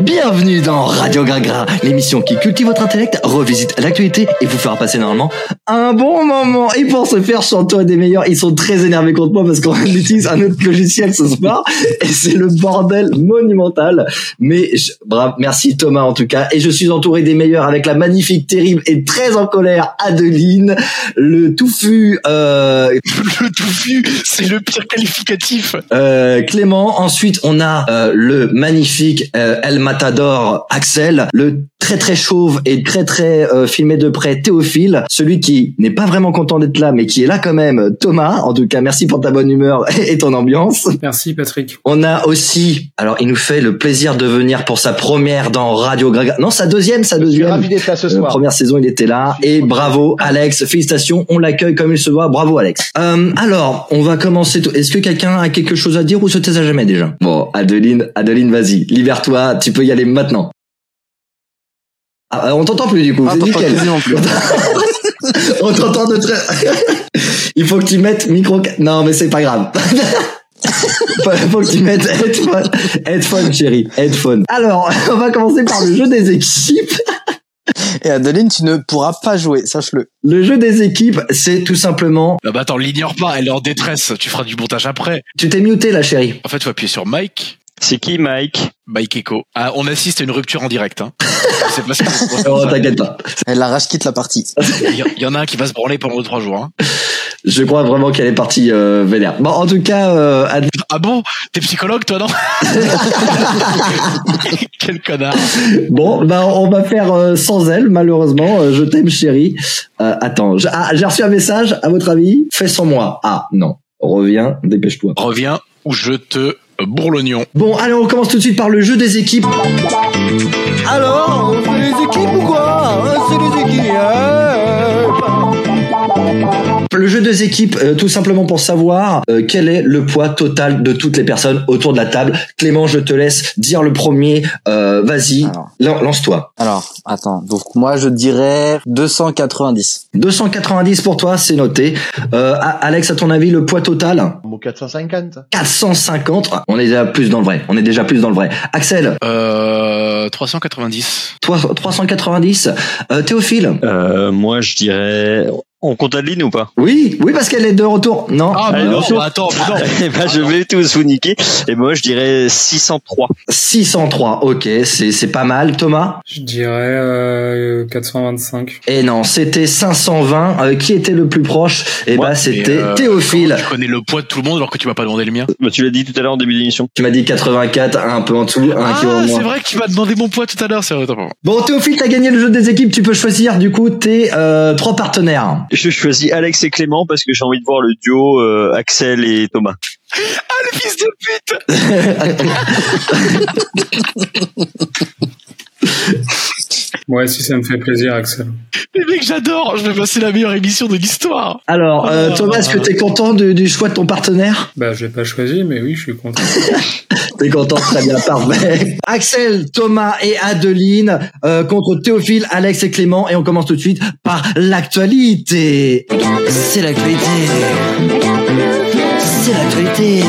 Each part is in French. Bienvenue dans Radio Gragra, l'émission qui cultive votre intellect, revisite l'actualité et vous fera passer normalement un bon moment. Et pour ce faire, Chanto est des meilleurs. Ils sont très énervés contre moi parce qu'on utilise un autre logiciel ce soir et c'est le bordel monumental. Mais je- bravo, merci Thomas en tout cas. Et je suis entouré des meilleurs avec la magnifique, terrible et très en colère Adeline, le touffu euh, le touffu, c'est le pire qualificatif. Euh, Clément. Ensuite, on a euh, le magnifique euh, El Matador Axel, le très très chauve et très très euh, filmé de près Théophile, celui qui n'est pas vraiment content d'être là, mais qui est là quand même Thomas. En tout cas, merci pour ta bonne humeur et ton ambiance. Merci Patrick. On a aussi, alors il nous fait le plaisir de venir pour sa première dans Radio Graga. Non, sa deuxième, sa Je suis deuxième. ravi d'être là ce Euh, soir. première saison, il était là. Et bravo, Alex. Félicitations. On l'accueille comme il se doit. Bravo, Alex. Euh, alors, on va commencer. tout- Est-ce que quelqu'un a quelque chose à dire ou se taise à jamais déjà Bon, Adeline, Adeline, vas-y. Libère-toi. Tu peux y aller maintenant. Ah, euh, on t'entend plus du coup. C'est nickel. on t'entend de très. il faut que tu mettes micro. Non, mais c'est pas grave. Faut- faut que tu mettes headphone, headphone chérie, headphone. Alors, on va commencer par le jeu des équipes. Et Adeline, tu ne pourras pas jouer, sache-le. Le jeu des équipes, c'est tout simplement. Non, bah attends, l'ignore pas, elle est en détresse. Tu feras du montage après. Tu t'es muté là, chérie. En fait, faut appuyer sur Mike. C'est qui Mike Mike Echo. Ah, on assiste à une rupture en direct. Hein. c'est pas ce qu'on- Oh, t'inquiète pas. Elle arrache quitte la partie. Il y, il y en a un qui va se branler pendant deux, trois jours. Hein. Je crois vraiment qu'elle est partie euh, vénère. Bon, en tout cas, euh, Ad- Ah bon T'es psychologue, toi, non Quel connard. bon, bah, on va faire euh, sans elle, malheureusement. Euh, je t'aime, chérie. Euh, attends, j'- ah, j'ai reçu un message. À votre avis, fais sans moi. Ah non, reviens, dépêche-toi. Reviens ou je te bourre l'oignon. Bon, allez, on commence tout de suite par le jeu des équipes. Alors, on fait les équipes ou quoi Hein, C'est les équipes hein. Le jeu des équipes, euh, tout simplement pour savoir euh, quel est le poids total de toutes les personnes autour de la table. Clément, je te laisse dire le premier. Euh, Vas-y, Alors. lan- lance-toi. Alors, attends. Donc moi, je dirais 290. 290 pour toi, c'est noté. Euh, A- Alex, à ton avis, le poids total Bon, 450. 450. On est déjà plus dans le vrai. On est déjà plus dans le vrai. Axel, Euh, 390. toi, 390. Euh, Théophile. euh, Moi, je dirais. On compte Adeline ou pas Oui, oui, parce qu'elle est de retour. Non. Ah, mais Ah, non, non. bah attends, mais non. Eh ben, je vais tous vous niquer. Et moi, je dirais 603. 603. Ok, c'est c'est pas mal. Thomas. Je dirais euh, 425. Et non, c'était 520. Euh, qui était le plus proche Eh Moi, ben, c'était mais, euh, Théophile. Tu connais le poids de tout le monde alors que tu m'as pas demandé le mien. Bah, tu l'as dit tout à l'heure en début d'émission. Tu m'as dit 84, un peu en dessous, un Ah, qui est au c'est moins. vrai que tu m'as demandé mon poids tout à l'heure. C'est vrai. attends, pardon. Bon, Théophile, t'as gagné le jeu des équipes. Tu peux choisir du coup tes euh, trois partenaires. Je choisis Alex et Clément parce que j'ai envie de voir le duo euh, Axel et Thomas. le fils de pute Ouais, si ça me fait plaisir, Axel. Mais mec, j'adore Je vais passer la meilleure émission de l'histoire Alors, euh, Ah. Thomas, est-ce que t'es content du, du choix de ton partenaire Bah, je l'ai pas choisi, mais oui, je suis content. T'es content, très bien, parfait. Axel, Thomas et Adeline euh, contre Théophile, Alex et Clément. Et on commence tout de suite par l'actualité. C'est l'actualité. C'est l'actualité.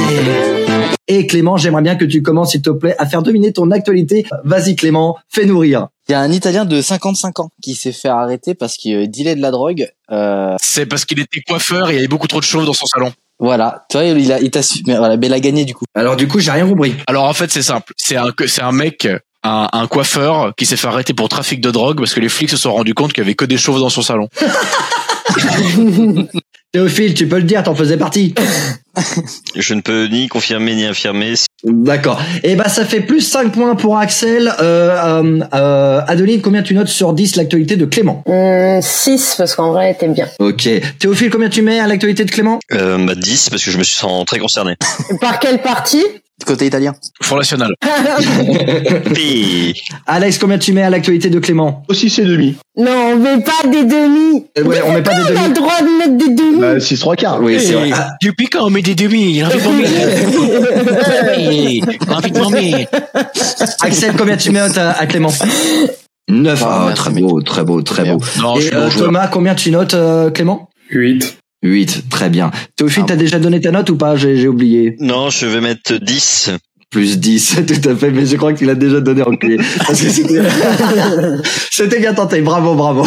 Et Clément, j'aimerais bien que tu commences, s'il te plaît, à faire dominer ton actualité. Vas-y, Clément, fais-nous rire. Il y a un Italien de 55 ans qui s'est fait arrêter parce qu'il euh, dealait de la drogue. Euh, C'est parce qu'il était coiffeur et il y avait beaucoup trop de cheveux dans son salon. voilà. Tu vois, il a, il t'a su, mais voilà, mais il a gagné du coup. Alors, du coup, j'ai rien compris. Alors en fait, c'est simple. C'est un, c'est un mec, un, un coiffeur, qui s'est fait arrêter pour trafic de drogue parce que les flics se sont rendus compte qu'il y avait que des cheveux dans son salon. Théophile, tu peux le dire, t'en faisais partie. Je ne peux ni confirmer ni affirmer. D'accord. Et ben ça fait plus 5 points pour Axel. Euh, euh, euh, Adeline, combien tu notes sur 10 l'actualité de Clément 6 Euh, parce qu'en vrai, elle était bien. Ok. Théophile, combien tu mets à l'actualité de Clément Euh, bah, 10 parce que je me suis sens très concerné. Par quelle partie Du côté italien. Front National. P. Alex, combien tu mets à l'actualité de Clément Aussi, c'est demi. Non, on met pas des demi. Euh, ouais, on met pas des On a demi. le droit de mettre des demi. Bah, 6 3 quarts. Oui, c'est vrai. du piquant, mais des demi. Il a envie de dormir. Il a envie de dormir. Axel, combien tu mets à, à Clément 9. Ah, merci. très beau, très beau, très beau. Non, je Et suis bon euh, joueur. Thomas, combien tu notes euh, Clément 8. 8, très bien. Théophile, Ah t'as déjà donné ta note ou pas J'ai j'ai oublié. Non, je vais mettre 10. Plus 10, tout à fait, mais je crois qu'il a déjà donné enculé. Parce que c'était, c'était bien tenté, bravo, bravo.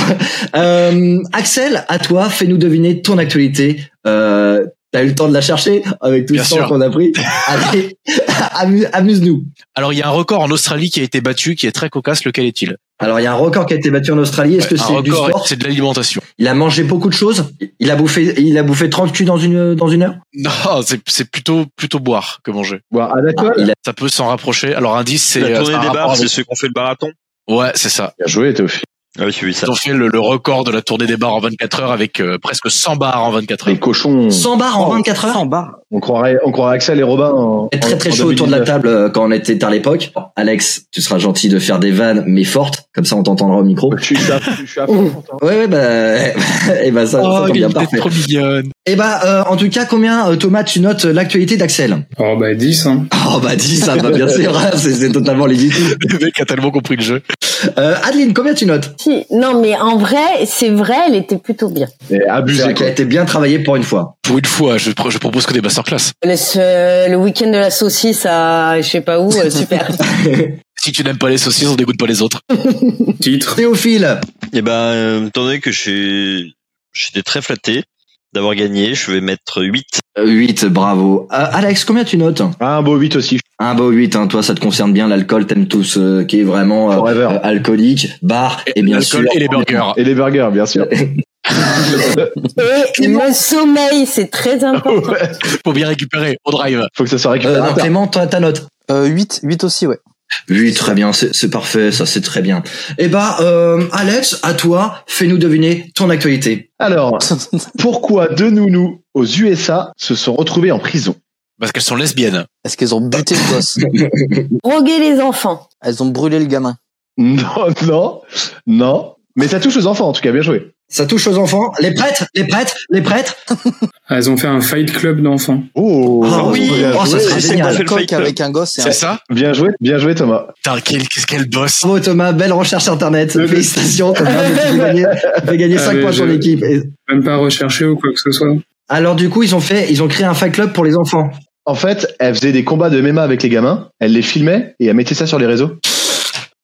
Euh, Axel, à toi, fais-nous deviner ton actualité. Euh, T'as eu le temps de la chercher avec tout Bien le temps sûr. qu'on a pris. Allez, amu- amuse-nous. Alors, il y a un record en Australie qui a été battu, qui est très cocasse. Lequel est-il Alors, il y a un record qui a été battu en Australie. Est-ce que Un c'est du record, sport c'est de l'alimentation. Il a mangé beaucoup de choses. Il a bouffé, il a bouffé 30 culs dans une, dans une heure. Non, c'est c'est plutôt plutôt boire que manger. Boire à Ah, il a- Ça peut s'en rapprocher. Alors, indice, c'est La tournée c'est un des rapport bars, avec- c'est ceux qu'on fait le marathon. Ouais, c'est ça. Bien joué, Théophile. Ah oui, j'ai vu ça. Ils ont fait le, le record de la tournée des bars en 24 heures avec euh, presque 100 bars en 24 heures. Les cochons. 100 bars en 24 heures. 100 bars. On croirait, on croirait Axel et Robin. En, Et très en- très en chaud autour de la 2019. table euh, quand on était à l'époque. Bon, Alex, tu seras gentil de faire des vannes mais fortes, comme ça on t'entendra au micro. Je suis à, je suis à fond. content. Ouais ouais bah et bah ça, ça tombe bien parfait. Oh, trop mignonne. Et bah euh, en tout cas combien euh, Thomas tu notes euh, l'actualité d'Axel Oh, bah, 10, hein. Oh bah dis ça va bien sûr, hein, c'est c'est totalement légitime. Le mec a tellement compris le jeu. Euh, Adeline combien tu notes Si. Non, mais en vrai, c'est vrai, elle était plutôt bien. Et abusé, C'est- Qui quoi. a été bien travaillé pour une fois. Pour une fois, je, pro- je propose que des masterclass. Le, ce- euh, le week-end de la saucisse à je sais pas où, euh, super. Si tu n'aimes pas les saucisses, on dégoûte pas les autres. Titre. Théophile, Et ben, euh, étant donné que j'ai- j'étais très flatté d'avoir gagné, je vais mettre 8. 8 Euh, bravo. Euh, Alex combien tu notes Un beau 8 aussi. Un beau 8 hein, toi ça te concerne bien l'alcool, t'aimes tout ce qui est vraiment euh, euh, Forever. alcoolique, bar et, bien sûr L'alcool et les burgers. Et les burgers, bien sûr. Et le sommeil, c'est très important. Ouais. Faut bien récupérer. On drive. Faut que ça soit récupéré. Euh, non, Clément, toi, ta note Euh, 8, 8 aussi, ouais. Oui, très bien, c'est c'est parfait, ça c'est très bien. Eh bah, euh, Alex, à toi, fais-nous deviner ton actualité. Alors, pourquoi deux nounous aux USA se sont retrouvés en prison Parce qu'elles sont lesbiennes. Est-ce qu'elles ont buté le gosse Droguer les enfants. Elles ont brûlé le gamin. Non, non, non. Mais ça touche aux enfants, en tout cas, bien joué. Ça touche aux enfants, les prêtres, les prêtres, les prêtres. Ah, Elles ont fait un fight club d'enfants. Oh, Ah oui, bien, oh, ça joué. serait C'est génial. pas fait le Coq fight club. avec un gosse et un... C'est ça bien joué, bien joué, Thomas. Putain, quel- qu'est-ce qu'elle bosse Bravo Thomas, belle recherche internet. Le- Félicitations, t'as bien fait gagner, fait gagner Ah, 5 mais points sur je- l'équipe. Et- Même pas recherché ou quoi que ce soit. Alors du coup, ils ont fait, ils ont créé un fan club pour les enfants. En fait, elle faisait des combats de MMA avec les gamins, elle les filmait et elle mettait ça sur les réseaux.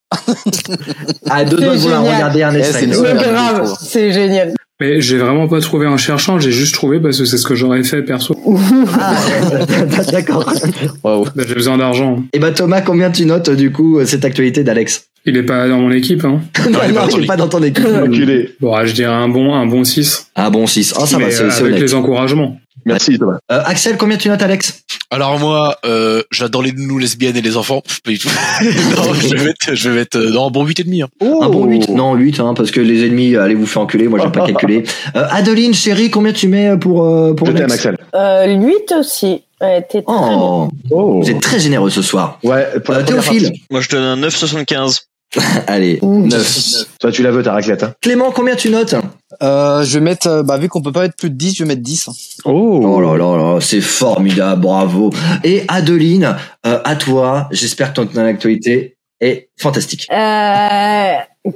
À Ah, deux doigts de vouloir génial. regarder un Eh, extrait. c'est C'est Ouais, grave, ouais. c'est génial. Mais j'ai vraiment pas trouvé en cherchant, j'ai juste trouvé parce que c'est ce que j'aurais fait perso. Ah, d'accord. Oh. Bah, j'ai besoin d'argent. Et bah Thomas, combien tu notes du coup cette actualité d'Alex Il est pas dans mon équipe, hein. Non, il est pas non, tu dans es l'équipe. pas dans ton équipe. Enculé. Bon, ah, je dirais un bon, un bon 6. Ah bon, 6. Ah ça mais va, euh, c'est c'est avec honnête. les encouragements. Merci, Thomas. Euh, Axel, combien tu notes Alex Alors moi, euh, j'adore les nounous lesbiennes et les enfants. Pff, pas du tout. non, je vais mettre, je vais mettre, euh, non, bon 8 et demi. hein. Un bon Oh. 8 Non, 8, hein, parce que les ennemis, euh, allez vous faire enculer, moi j'ai pas calculé. Euh, Adeline, chérie, combien tu mets pour, euh, pour Je t'aime, Alex Axel. Euh, l'huître aussi. Elle était très bien. Oh, Oh. vous êtes très généreux ce soir. Ouais, pour la Euh, première Théophile, partie. Moi, je donne un 9,75. allez, Mmh. 9. Toi, tu la veux, ta raclette. Hein. Oh, Clément, combien tu notes Euh, je vais mettre, euh, bah, vu qu'on peut pas être plus de 10, je vais mettre 10. hein. Oh là là là, c'est formidable, bravo. Et Adeline, euh, à toi, j'espère que ton actualité est fantastique. Euh,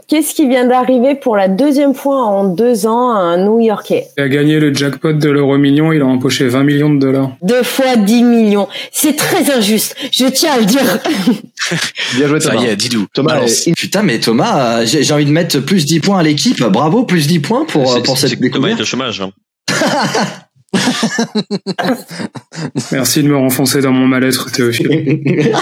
Qu'est-ce qui vient d'arriver pour la deuxième fois en deux ans à un New Yorkais Il a gagné le jackpot de l'euro million, il a empoché 20 millions de dollars. Deux fois 10 millions. C'est très injuste. Je tiens à le dire. Bien joué, Ça Thomas. y est, Didou. Thomas, Balance. Putain, mais Thomas, euh, j'ai j'ai envie de mettre plus 10 points à l'équipe, bravo, plus 10 points pour, euh, C'est- pour c'est- cette c'est que Thomas est découverte. au chômage. hein. Merci de me renfoncer dans mon mal-être, Théophile.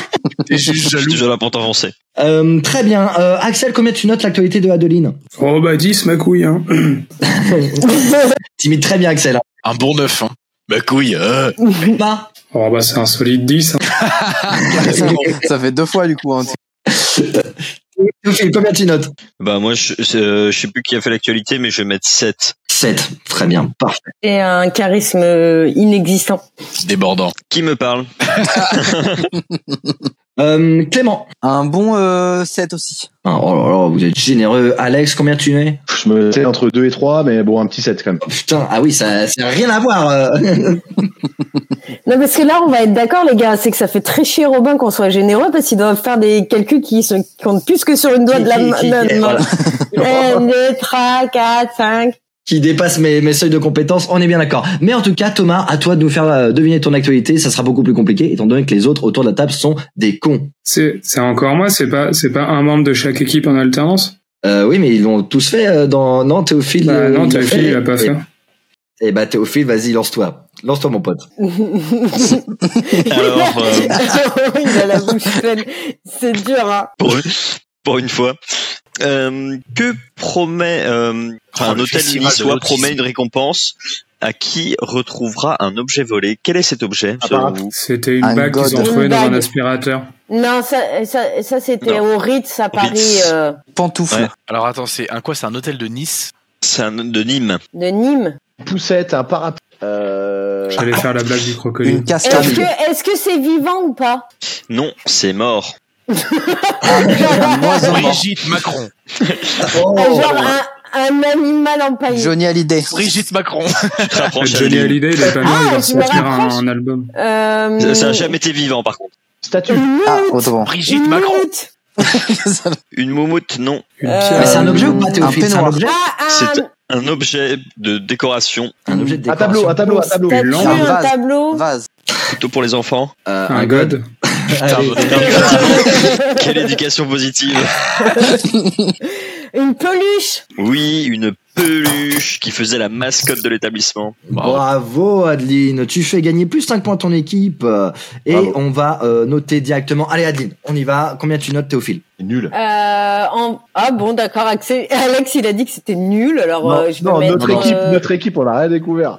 T'es juste Je suis jaloux. déjà là pour t'avancer. Euh, très bien, euh, Axel, combien tu notes l'actualité de Adeline Oh bah 10, ma couille, hein. Timide très bien, Axel. Un bon 9. Hein. Ma couille. euh. Bah, Oh bah c'est un solide 10. hein. hein. ça fait deux fois, du coup. hein. Théophile, combien tu notes Bah, moi, je, euh, je sais plus qui a fait l'actualité, mais je vais mettre 7. 7. Très bien, parfait. J'ai un charisme euh, inexistant. Débordant. Qui me parle Euh, Clément. Un bon euh, 7 aussi. Ah, oh là là, vous êtes généreux. Alex, combien tu mets je me sais entre 2 et 3, mais bon, un petit 7 quand même. Putain, ah oui, ça ça a rien à voir. euh. Non, parce que là, on va être d'accord, les gars, c'est que ça fait très chier Robin qu'on soit généreux parce qu'ils doivent faire des calculs qui se comptent plus que sur une doigt de la Qui- qui- qui- main. voilà. Un, deux, trois, quatre, cinq. qui dépasse mes, mes seuils de compétences, on est bien d'accord. Mais en tout cas, Thomas, à toi de nous faire euh, deviner ton actualité, ça sera beaucoup plus compliqué, étant donné que les autres autour de la table sont des cons. C'est c'est encore moi, c'est pas c'est pas un membre de chaque équipe en alternance Euh, oui, mais ils l'ont tous fait euh, dans... Non, Théophile... Bah euh, non, il l'a Théophile, fait. il a pas fait. Eh bah Théophile, vas-y, lance-toi. Lance-toi, mon pote. Alors, euh, Il a la bouche pleine. C'est dur, hein. pour, pour une fois. Euh, que promet euh, enfin, Oh, un le hôtel festival de niçois l'autisme. promet une récompense à qui retrouvera un objet volé Quel est cet objet Euh, selon vous C'était une Un bague qu'ils ont god. trouvée Une dans un bague. aspirateur. Non, ça, ça, ça c'était Non. au Ritz à Paris, Ritz. euh, Pantoufle. Ouais. Alors attends, c'est un quoi C'est un hôtel de Nice C'est un de Nîmes. de Nîmes. Poussette, un parapluie. Euh... J'allais faire la blague du Une crocodile. cascade. Est-ce que, est-ce que c'est vivant ou pas Non, c'est mort. Moins en mort. Brigitte Macron. Ah, Genre Euh, un, un animal empaillé. Johnny Hallyday. Brigitte Macron. Tu te rapproches. Johnny Adeline. Hallyday, il est pas bien, il Ah, je va me sortir un, rapproche. un album. Euh, Ça- Ça n'a jamais été vivant par contre. Statue. Une Ah, meute. autrement. Brigitte Une Macron. meute. Une moumoute, non. Une Euh, pierre. Mais ah, c'est un Euh, objet ou pas, un Théophile C'est un peignoir. objet Ah, C'est un, un objet de décoration, Un objet de Un tableau, décoration. un tableau, un tableau. statue, lampe. Un un vase. tableau. Ah, Vase. plutôt pour les enfants. Euh, Ah, Un god. Allez. Quelle éducation positive Une peluche. Oui, une peluche qui faisait la mascotte de l'établissement. Bravo Adeline, tu fais gagner plus 5 points à ton équipe euh, et Bravo. on va euh, noter directement. Allez Adeline, on y va. Combien tu notes Théophile Nul. Euh, en... Ah bon, d'accord. Axel- Alex, il a dit que c'était nul. Alors, euh, je peux non, mettre, notre équipe, euh, notre équipe, on l'a rien découvert.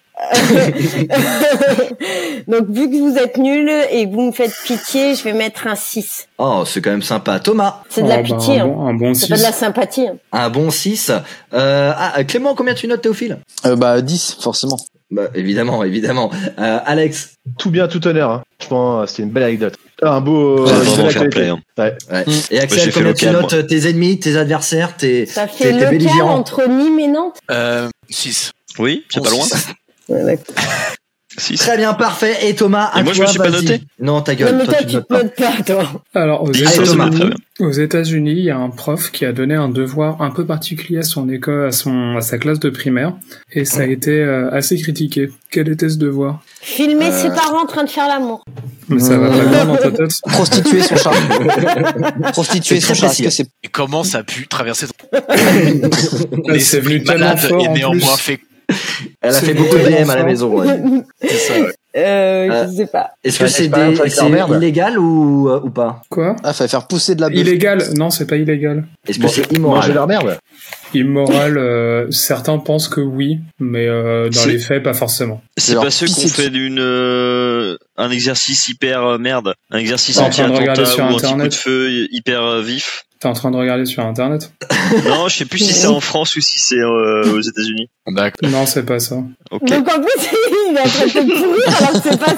Donc, vu que vous êtes nul et que vous me faites pitié, je vais mettre un 6. Oh, c'est quand même sympa. Thomas, C'est de Oh, la bah, pitié. un hein. bon, un bon C'est pas de la 6. sympathie. hein. un bon 6. Euh, ah, Clément, combien tu notes Théophile Euh, bah, 10, forcément. bah, Évidemment, évidemment. Euh, Alex, Tout bien, tout honneur. Hein. Franchement, c'était une belle anecdote. Ah, Un beau. C'est euh, une belle vraiment fair actualité. play. hein. ouais. Mm. et Bah, Axel, j'ai fait combien tu local, notes euh, tes ennemis, tes adversaires, tes... Ça T'es- fait t'es local belligérant. entre Nîmes et Nantes. Euh, 6. Oui, c'est Oh, pas loin. Si, Très bien, parfait. Et Thomas, à Et moi, je toi, me suis pas vas-y. noté. Non, ta Non, gueule. mais toi, toi, tu tu notes te pas. notes pas, toi. Alors, aux Allez, Ça, ça va Thomas. États-Unis, très bien. Aux États-Unis, il y a un prof qui a donné un devoir un peu particulier à son école, à son, à sa classe de primaire, et ça a été euh, assez critiqué. Quel était ce devoir Filmer Euh. ses parents en train de faire l'amour. Mais ça va pas bien dans ta tête. Prostituer son chat. Prostituer C'est son très chat. Est-ce facile. que c'est Et comment ça a pu traverser ton Là, C'est venu tellement malade fort et en néanmoins plus. fait Elle a C'est fait beaucoup de tellement DM à la fort. maison. ouais. C'est ça, ouais. Euh, Euh. je sais pas. Est-ce C'est que une c'est expérience des- avec leur c'est merde. illégal ou, euh, ou pas Quoi Ah, fallait faire pousser de la bœuf. Illégal Non, c'est pas illégal. Est-ce que c'est immoral Manger leur merde. Immoral, euh, certains pensent que oui, mais euh, dans C'est- les faits, pas forcément. C'est leur pas ceux qu'on pisser dessus. fait d'une euh, un exercice hyper euh, merde, un exercice T'es en train de regarder anti-attentat sur ou anti-coup Internet de feu hy- hyper euh, vif. T'es en train de regarder sur Internet Non, je sais plus si c'est en France ou si c'est euh, aux États-Unis. D'accord. Non, c'est pas ça. Ok. Donc, en plus, il est en train de te pourrir, alors que c'est pas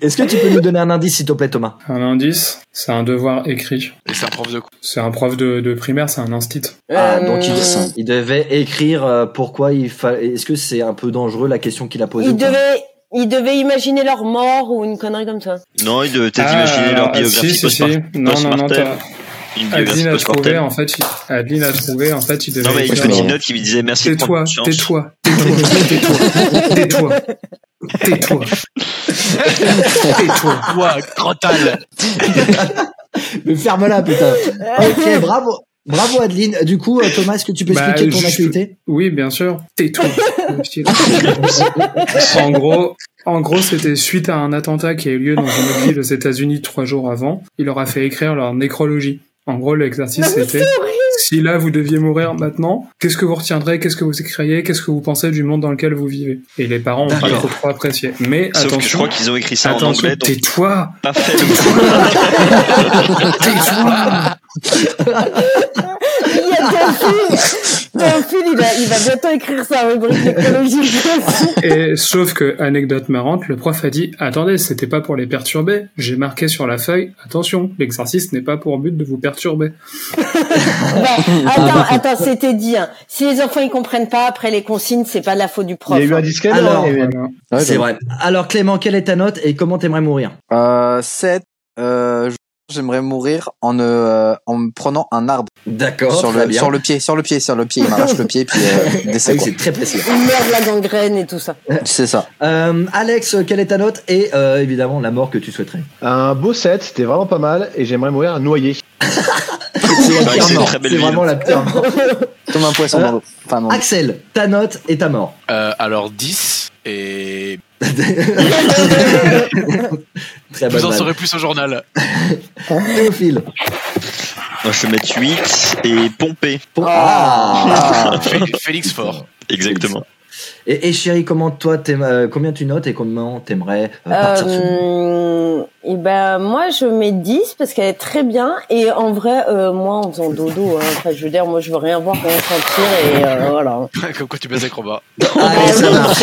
Est-ce que tu peux nous donner un indice, s'il te plaît, Thomas Un indice, c'est un devoir écrit. Et c'est un prof de quoi C'est un prof de, de primaire, c'est un instit. Ah, donc il, Euh, il devait écrire euh, pourquoi il fallait. Est-ce que c'est un peu dangereux la question qu'il a posée Ils ou pas devaient, ils devaient imaginer leur mort ou une connerie comme ça. Non, ils devaient peut-être Ah, imaginer leur alors, biographie si, si, post-par- si. Non, non, non, post-mortem. t'as- Une biographie Adeline a trouvé, post-mortem. en fait, il... Adeline a trouvé, en fait, il devait Non, mais il y a écrire- une petite note qui me disait merci de prendre Tais-toi, conscience. tais-toi, tais-toi, tais-toi, tais-toi, tais-toi, tais-toi. Toi, Crotal Mais ferme-la, putain. ok, bravo. Bravo Adeline. Du coup, euh, Thomas, est-ce que tu peux Bah, expliquer ton je- actualité Oui, bien sûr, tais-toi. en gros, en gros, c'était suite à un attentat qui a eu lieu dans une ville aux États-Unis trois jours avant. Il leur a fait écrire leur nécrologie. En gros, l'exercice Non, mais c'était si là vous deviez mourir maintenant, qu'est-ce que vous retiendrez, qu'est-ce que vous écririez, qu'est-ce que vous pensez du monde dans lequel vous vivez. Et les parents ont pas D'accord. trop, trop apprécié. Mais Sauf que je attention, crois qu'ils ont écrit ça en attention, anglais, donc tais-toi, pas fait le tais-toi. Il y a Théophile. Théophile, il, a- il va bientôt écrire sa rubrique écologique. Et sauf que, anecdote marrante, le prof a dit Attendez, c'était pas pour les perturber. J'ai marqué sur la feuille Attention, l'exercice n'est pas pour but de vous perturber. Ah, bah, attends, attends, c'était dit. hein. Si les enfants ils comprennent pas après les consignes, c'est pas de la faute du Il prof. y a eu un hein. disclaimer. Alors, hein, il y a eu un- Voilà. Ouais, C'est donc, vrai. Alors Clément, quelle est ta note et comment t'aimerais mourir Euh, 7. Euh, j'aimerais mourir en, ne, euh, en me prenant un arbre D'accord, sur, Oh, très le, bien. sur le pied, sur le pied, sur le pied. Il m'arrache le pied, puis euh, Ah décès, oui, quoi. c'est très précis. Il meurt de la gangrène et tout ça. C'est ça. Euh, Alex, quelle est ta note Et euh, évidemment, la mort que tu souhaiterais. Un beau set, c'était vraiment pas mal, et j'aimerais mourir noyé. C'est la vrai pire que c'est une mort. très belle C'est ville. vraiment la pire mort. Comme un poisson dans l'eau. Enfin, non. Axel, ta note et ta mort. Euh, alors 10 et Très bonne vous en balle. saurez plus au journal. Théophile. Moi, je vais mettre 8 et pomper. Pour- Ah. Fé- Félix Fort. Exactement. Et, et chérie, comment toi, t'aimes- euh, combien tu notes et comment t'aimerais euh, partir ce monde Euh, et ben moi je mets 10 parce qu'elle est très bien et en vrai euh, moi en faisant dodo hein, enfin je veux dire moi je veux rien voir rien sentir et euh, voilà Comme quoi tu baises Acrobat. Allez, Ah, ça marche.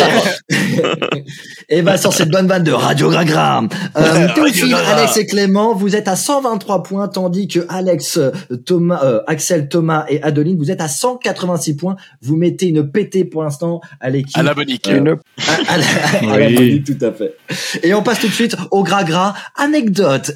euh, et ben sur cette bonne vanne de Radio Gragra. Euh, Théophile, Radio Gragra. Alex et Clément, vous êtes à 123 points, tandis que Alex, euh, Thomas, euh, Axel, Thomas et Adeline, vous êtes à 186 points. Vous mettez une pétée pour l'instant à l'équipe. À la Bonique. Euh, à- à la- à la Bonnie, ah, tout à fait. Et on passe tout de suite au Gragra anecdote.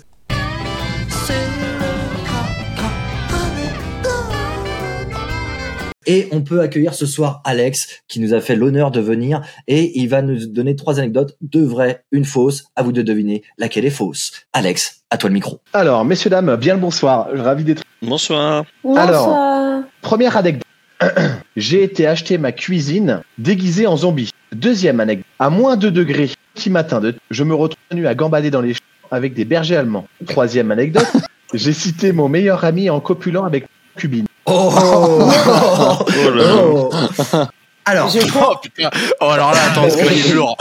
Et on peut accueillir ce soir Alex, qui nous a fait l'honneur de venir, et il va nous donner trois anecdotes, deux vraies, une fausse. À vous de deviner laquelle est fausse. Alex, à toi le micro. Alors, messieurs, dames, bien le bonsoir. Ravi d'être. Bonsoir. Alors. Bonsoir. Première anecdote. J'ai été acheter ma cuisine déguisée en zombie. Deuxième anecdote. À moins 2 degrés, petit matin, de... je me retrouve nu à gambader dans les champs avec des bergers allemands. Troisième anecdote. J'ai cité mon meilleur ami en copulant avec cubine. Oh, Oh là là. Alors, Je Oh putain. Oh alors là, attends, parce que là, il est lourd.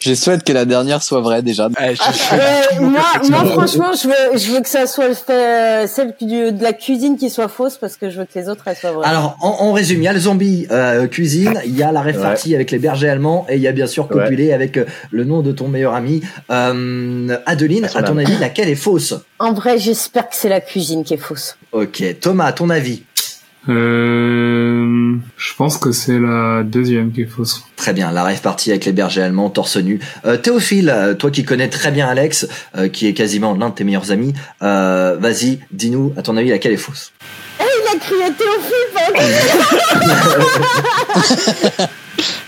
Je souhaite que la dernière soit vraie déjà. Eh, je- je- Euh, moi, moi, franchement, je veux, je veux que ça soit le fait- euh, celle qui- du- de la cuisine qui soit fausse parce que je veux que les autres elles soient vraies. alors en, en résumé, il y a le zombie euh, cuisine, il y a la répartie avec les bergers allemands, et il y a bien sûr Ouais. copulé avec euh, le nom de ton meilleur ami. Euh, Adeline, son à ton avis, laquelle est fausse En vrai, j'espère que c'est la cuisine qui est fausse. Ok, Thomas, à ton avis Euh, je pense que c'est la deuxième qui est fausse. Très bien, la rêve partie avec les bergers allemands, torse nu. Euh, Théophile, euh, toi qui connais très bien Alex, euh, qui est quasiment l'un de tes meilleurs amis, euh, vas-y, dis-nous, à ton avis, laquelle est fausse Il a crié Théophile pendant que-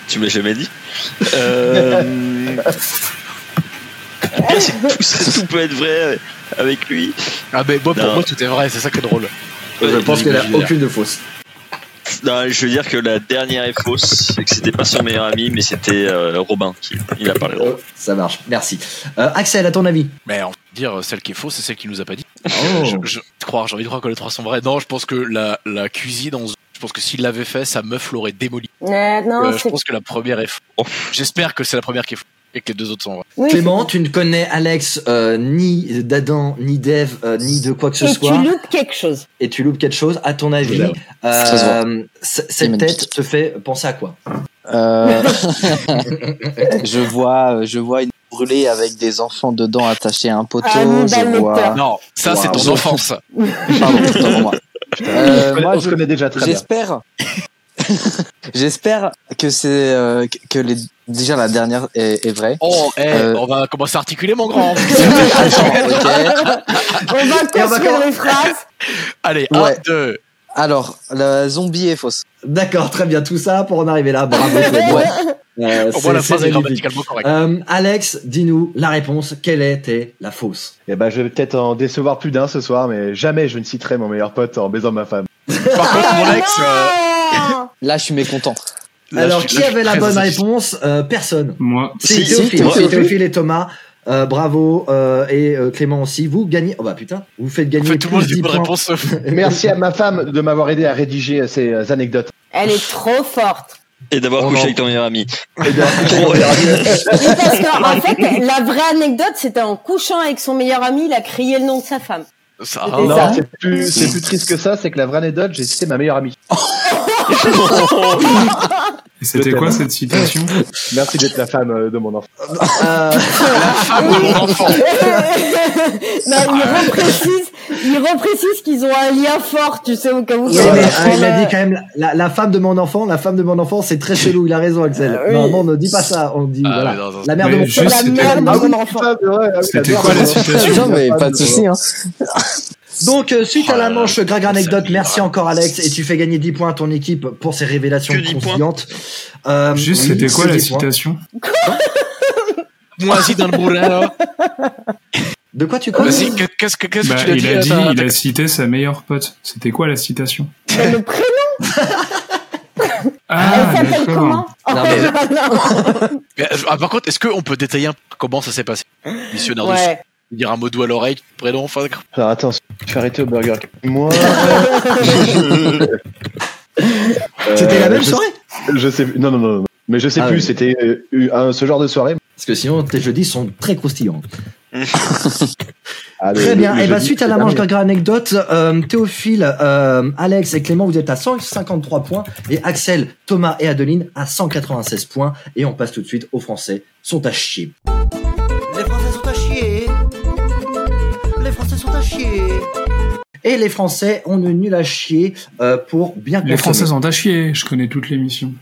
Tu m'as jamais dit. Euh... le pire, c'est que tout, ça, tout peut être vrai avec lui. Ah mais moi, pour Non. moi tout est vrai, c'est ça qui est drôle. Je Ouais, pense qu'il n'y a je veux dire. aucune de fausse. Non, je veux dire que la dernière est fausse, c'est que c'était pas son meilleur ami, mais c'était euh, Robin qui il a parlé. Euh, Ça marche, merci. Euh, Axel, à ton avis Mais on va dire euh, celle qui est fausse, c'est celle qui nous a pas dit. Oh. Je, je- je crois, j'ai envie de croire que les trois sont vrais. Non, je pense que la, la cuisine, en- je pense que s'il l'avait fait, sa meuf l'aurait démoli. Euh, non, Euh, je c'est pense que la première est fausse. Oh. J'espère que c'est la première qui est fausse et que les deux autres sont vraies. oui, Clément, tu ne connais Alex euh, ni d'Adam, ni d'Eve, euh, ni de quoi que ce Et soit, tu loupes quelque chose. et tu loupes quelque chose. À ton avis, Ouais. euh, Ça se voit. c- cette Imagine. tête te fait penser à quoi Euh, je vois, je vois une brûlée avec des enfants dedans attachés à un poteau. Ah, une balle je de vois. peur. Non, ça Wow. c'est ton offense. Pardon, pardon, moi. Euh, on se connaît, moi, on se je- connaît déjà très bien. J'espère. J'espère que c'est euh, que- que les déjà la dernière est, est vraie. Oh, eh, Euh. on va commencer à articuler mon grand. Ok. On va construire les phrases. Allez, Ouais. un, deux. Alors, la zombie est fausse. D'accord, très bien, tout ça pour en arriver là. Bravo, Clément. Ouais. Euh, Au moins la c'est- phrase c'est est magnifique. grammaticalement correcte. Euh, Alex, dis-nous la réponse. Quelle était la fausse Eh ben, je vais peut-être en décevoir plus d'un ce soir, mais jamais je ne citerai mon meilleur pote en baisant ma femme. Par contre, mon ex. euh, Ah Là, je suis mécontent. là, Alors, je suis- qui là, je suis avait la très bonne insatisfait. réponse Euh, Personne. Moi, Si, Si, Théophile, si, c'est Théophile. Théophile et Thomas. Euh, bravo euh, et euh, Clément aussi. Vous gagnez. Oh bah putain, vous faites En gagner fait, tout le monde plus 10 dit points. Euh, bonne réponse. sauf- Merci à ma femme de m'avoir aidé à rédiger ces euh, anecoutes. Elle est trop forte. Et d'avoir Oh couché non. avec ton meilleur ami. Eh Oui, parce que, en fait, la vraie anecdote, c'était en couchant avec son meilleur ami, il a crié le nom de sa femme. Ça, Ah, ah, C'était hein. ça. Non, c'est plus, c'est plus triste que ça, c'est que la vraie anecdote, j'ai cité ma meilleure amie. Et c'était Peut-être. quoi cette citation Merci d'être la femme euh, de mon enfant. Euh, Oh. La femme de mon enfant. non, il reprécise, ils reprécisent qu'ils ont un lien fort, tu sais, au cas où. Ouais, mais, ah, il euh, a dit quand même la, la femme de mon enfant, la femme de mon enfant, c'est très chelou. Il a raison, Axel. Ah oui. Normalement, on ne dit pas ça. On dit Ah, voilà, mais non, non, la mère de mais mon C'est juste, la c'était- merde Ah de oui, mon enfant. putain, ouais, ah oui, C'était j'adore. quoi la citation Non, mais pas de souci. Hein. Donc, euh, suite Oh à la là là, manche Gragra ça Anecdote, vibra. merci encore Alex, et tu fais gagner 10 points à ton équipe pour ces révélations Que 10 points confiantes. Euh, Juste, oui, c'était quoi c'est la 10 points. citation Moisi dans le boulin, là. De quoi tu crois Vas-y, que- qu'est-ce que, qu'est-ce que Bah, tu l'as il a dit, dit à ta- il a cité sa meilleure pote. C'était quoi la citation C'est le prénom, Ah, elle s'appelle d'accord. comment Non, mais- Ah, par contre, est-ce qu'on peut détailler un peu comment ça s'est passé Missionnaire de Ouais. sou- dire un mot doux à l'oreille, prénom, enfin. Alors attends, je vais arrêter au Burger King. Moi. C'était la Euh, même je- soirée Je sais non non non, non. mais je sais Ah plus. ouais. C'était euh, euh, ce genre de soirée. Parce que sinon, tes jeudis sont très croustillants. Ah, le- Très le- bien. le Et bah, jeudi, suite à c'est la manche terminé. Gragra Anecdote, euh, Théophile, euh, Alex et Clément, vous êtes à 153 points, et Axel, Thomas et Adeline à 196 points, et on passe tout de suite aux Français sont à chier. Les Français sont à chier. Les Français sont à chier. Et les Français ont une nulle à chier euh, pour bien Les Français consommer. sont à chier, je connais toute l'émission.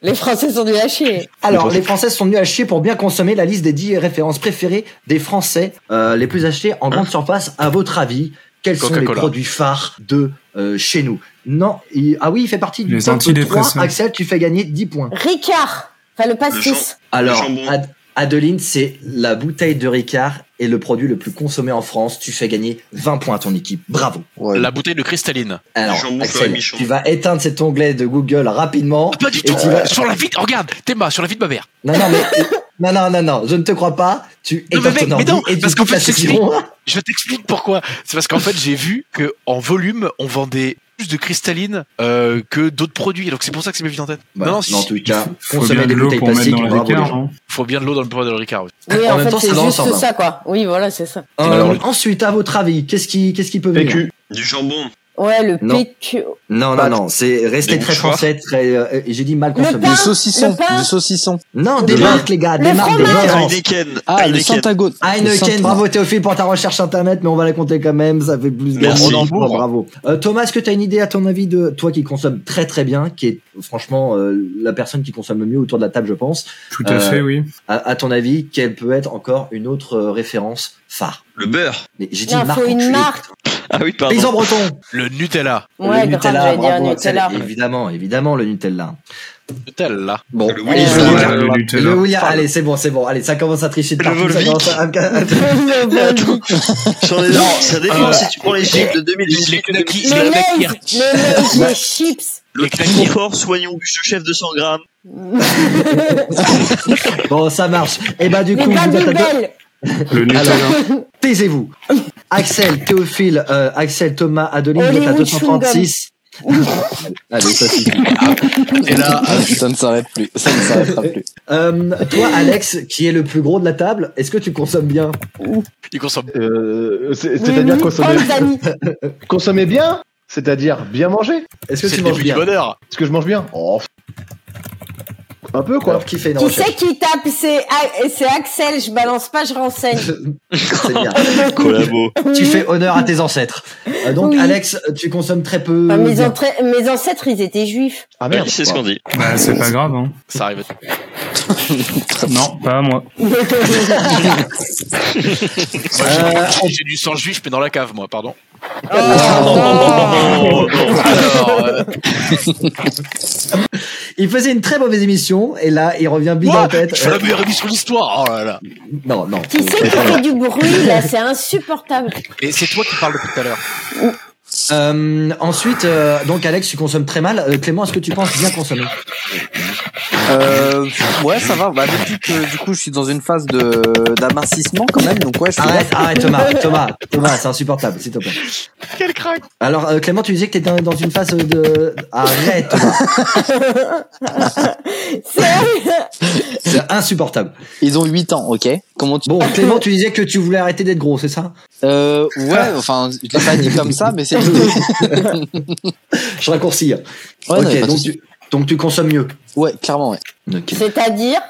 Les Français sont du à chier. Alors, les Français sont venus à chier pour bien consommer la liste des 10 références préférées des Français euh, les plus achetés en grande surface. À votre avis, quels sont les Coca-Cola. produits phares de euh, chez nous Non, il- ah oui, il fait partie du Les top antidépresseurs. 3. Axel, tu fais gagner 10 points. Ricard. Enfin, le pastis. Alors, Le jambon. Ad- Adeline, c'est la bouteille de Ricard et le produit le plus consommé en France. Tu fais gagner 20 points à ton équipe. Bravo. Ouais. La bouteille de cristalline. Alors, jambon Axel, Fleury Michon. tu vas éteindre cet onglet de Google rapidement. Ah, Pas du Et tout Euh, tu vas- Sur la vie, regarde, Théma, sur la vie de ma mère. Non, non, mais... Non, non, non, non, je ne te crois pas. Tu Non, mais éteins mec, ton mais ordi non, et tu parce qu'en quittes la fait, c'est- session. Je t'explique pourquoi. C'est parce qu'en fait, j'ai vu que en volume, on vendait plus de cristalline euh, que d'autres produits. Donc c'est pour ça que c'est m'est venu en tête. Bah, non, non, non, si- en tout cas, Faut consommer bien de des l'eau bouteilles pour mettre plastiques, dans les bravo. les écarts. gens. hein. faut bien de l'eau dans le poids de Ricard. oui. Oui, En en même fait, temps, ça c'est va juste ensemble. ça, quoi. Oui, voilà, c'est ça. Euh, Alors- ensuite, à votre avis, qu'est-ce qui, qu'est-ce qui peut venir PQ. Du jambon. Ouais, le Non. PQ. Non, non, Pâtes. non, c'est rester Des très mouchoirs. français, très. euh, et J'ai dit mal Le consommé. pain. Du saucisson, Le pain. du saucisson. Non, des Le marques, les gars, des Le marques, des fromage. références. Heineken. Ah, le Heineken. Santagot. Heineken, bravo Théophile pour ta recherche internet, mais on va la compter quand même, ça fait plus de Merci. on en prend, bravo. Euh, Thomas, est-ce que tu as une idée à ton avis de toi qui consomme très très bien, qui est franchement euh, la personne qui consomme le mieux autour de la table, je pense, Tout à Euh, fait, oui. à, à ton avis, quelle peut être encore une autre euh, référence phare Le beurre. Mais j'ai dit Non, marque, faut une enculé. marque. Ah oui, pardon. Paysan breton Le Nutella. Ouais, le grave, j'allais dire bravo, Axel. Nutella. Évidemment, évidemment, le Nutella. Nutella. Bon, Le allez, Willy je Willy. regarde. Le Le Nutella. Willy, allez, c'est bon, c'est bon. Allez, ça commence à tricher de Le partout. ça Volvic. commence à- Le Volvic. Sur les- Non, ça dépend si tu prends les chiffres de Les 2018. knackis. Le les Lay's. knackis. Le Lay's. Les chips. Le confort, soignons bûche de chef de 100 grammes. Bon, ça marche. Et bah, du Les coup, vous êtes à deux- Babybel. Le Nutella. Taisez-vous. Axel, Théophile, euh, Axel, Thomas, Adeline, vous êtes à Hollywood 236. Allez, ça suffit. Et là, Ça ne s'arrête plus. Ça ne s'arrêtera plus. Euh, toi, Alex, qui est le plus gros de la table, est-ce que tu consommes bien il consomme. Euh, c'est- Les C'est-à-dire consommer, Tanzanie. consommer bien, c'est-à-dire bien manger. Est-ce que C'est tu le manges début du bien bonheur. Est-ce que je mange bien Oh, f- Un peu quoi. Alors, qui fait une Qui recherche c'est qui tape C'est A- c'est Axel, je balance pas, je renseigne. C'est bien. Collabo. tu fais honneur à tes ancêtres. Euh, donc, Oui. Alex, tu consommes très peu. Enfin, mes, bien. entra- mes ancêtres, ils étaient juifs. Ah merde. Merci, c'est ce qu'on dit. Bah, c'est pas grave, hein. Ça arrive. Non, pas à moi. Moi, Euh, j'ai- j'ai du sang juif, mais dans la cave, moi, pardon. Ah, ah, Oh, non. Alors, euh, Il faisait une très mauvaise émission et là, il revient bien en moi, tête. Euh, je fais la meilleure émission de l'histoire. Oh là là. Non, non. Qui c'est qui fait du bruit là C'est insupportable. Et c'est toi qui parles depuis tout à l'heure. Euh, ensuite, euh, donc Alex, tu consommes très mal. Euh, Clément, est-ce que tu penses bien consommer Euh, ouais, ça va. Bah, depuis que du coup, je suis dans une phase de d'amincissement quand même. Donc ouais, je suis Arrête, arrête, Thomas, Thomas, Thomas, c'est insupportable, s'il te plaît. Quel crack Alors, euh, Clément, tu disais que t'étais dans, dans une phase de... Arrête, Thomas. C'est C'est insupportable. Ils ont 8 ans, ok. Comment tu Bon, Clément, tu disais que tu voulais arrêter d'être gros, c'est ça euh, Ouais, enfin, je l'ai pas dit comme ça, mais c'est l'idée. Je raccourcis. Ouais, non, y a ok, pas de donc souci. tu, donc tu consommes mieux. ouais, clairement, ouais. Ok. c'est-à-dire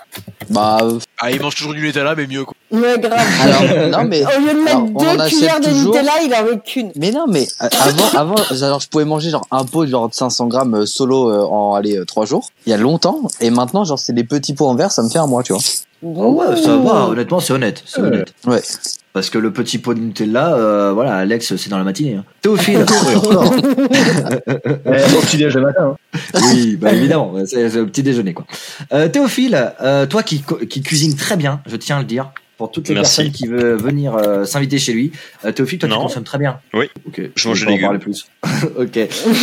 Bah, euh, Ah, il mange toujours du Nutella, mais mieux, quoi. Ouais, grave. Alors, non, mais. Au lieu de alors, mettre on en deux achète cuillères de toujours. Nutella, il en met qu'une. Mais non, mais euh, avant, avant, alors je pouvais manger genre un pot de genre de 500 grammes euh, solo euh, en allez euh, trois jours, il y a longtemps, et maintenant genre c'est des petits pots en verre, ça me fait un mois, tu vois. Oh ouais, ça va, honnêtement, c'est honnête. C'est honnête. Ouais. Parce que le petit pot de Nutella, euh, voilà, Alex, c'est dans la matinée. Hein. Théophile Oui, encore. Bon Eh, petit déj le matin. hein. Oui, bah évidemment, c'est c'est le petit déjeuner quoi. Euh, Théophile, euh, toi qui, co- qui cuisine très bien, je tiens à le dire, pour toutes les Merci. personnes qui veulent venir euh, s'inviter chez lui, euh, Théophile, toi tu Non. consommes très bien. Oui. Ok. Je mange vais pas en des parler plus. ok.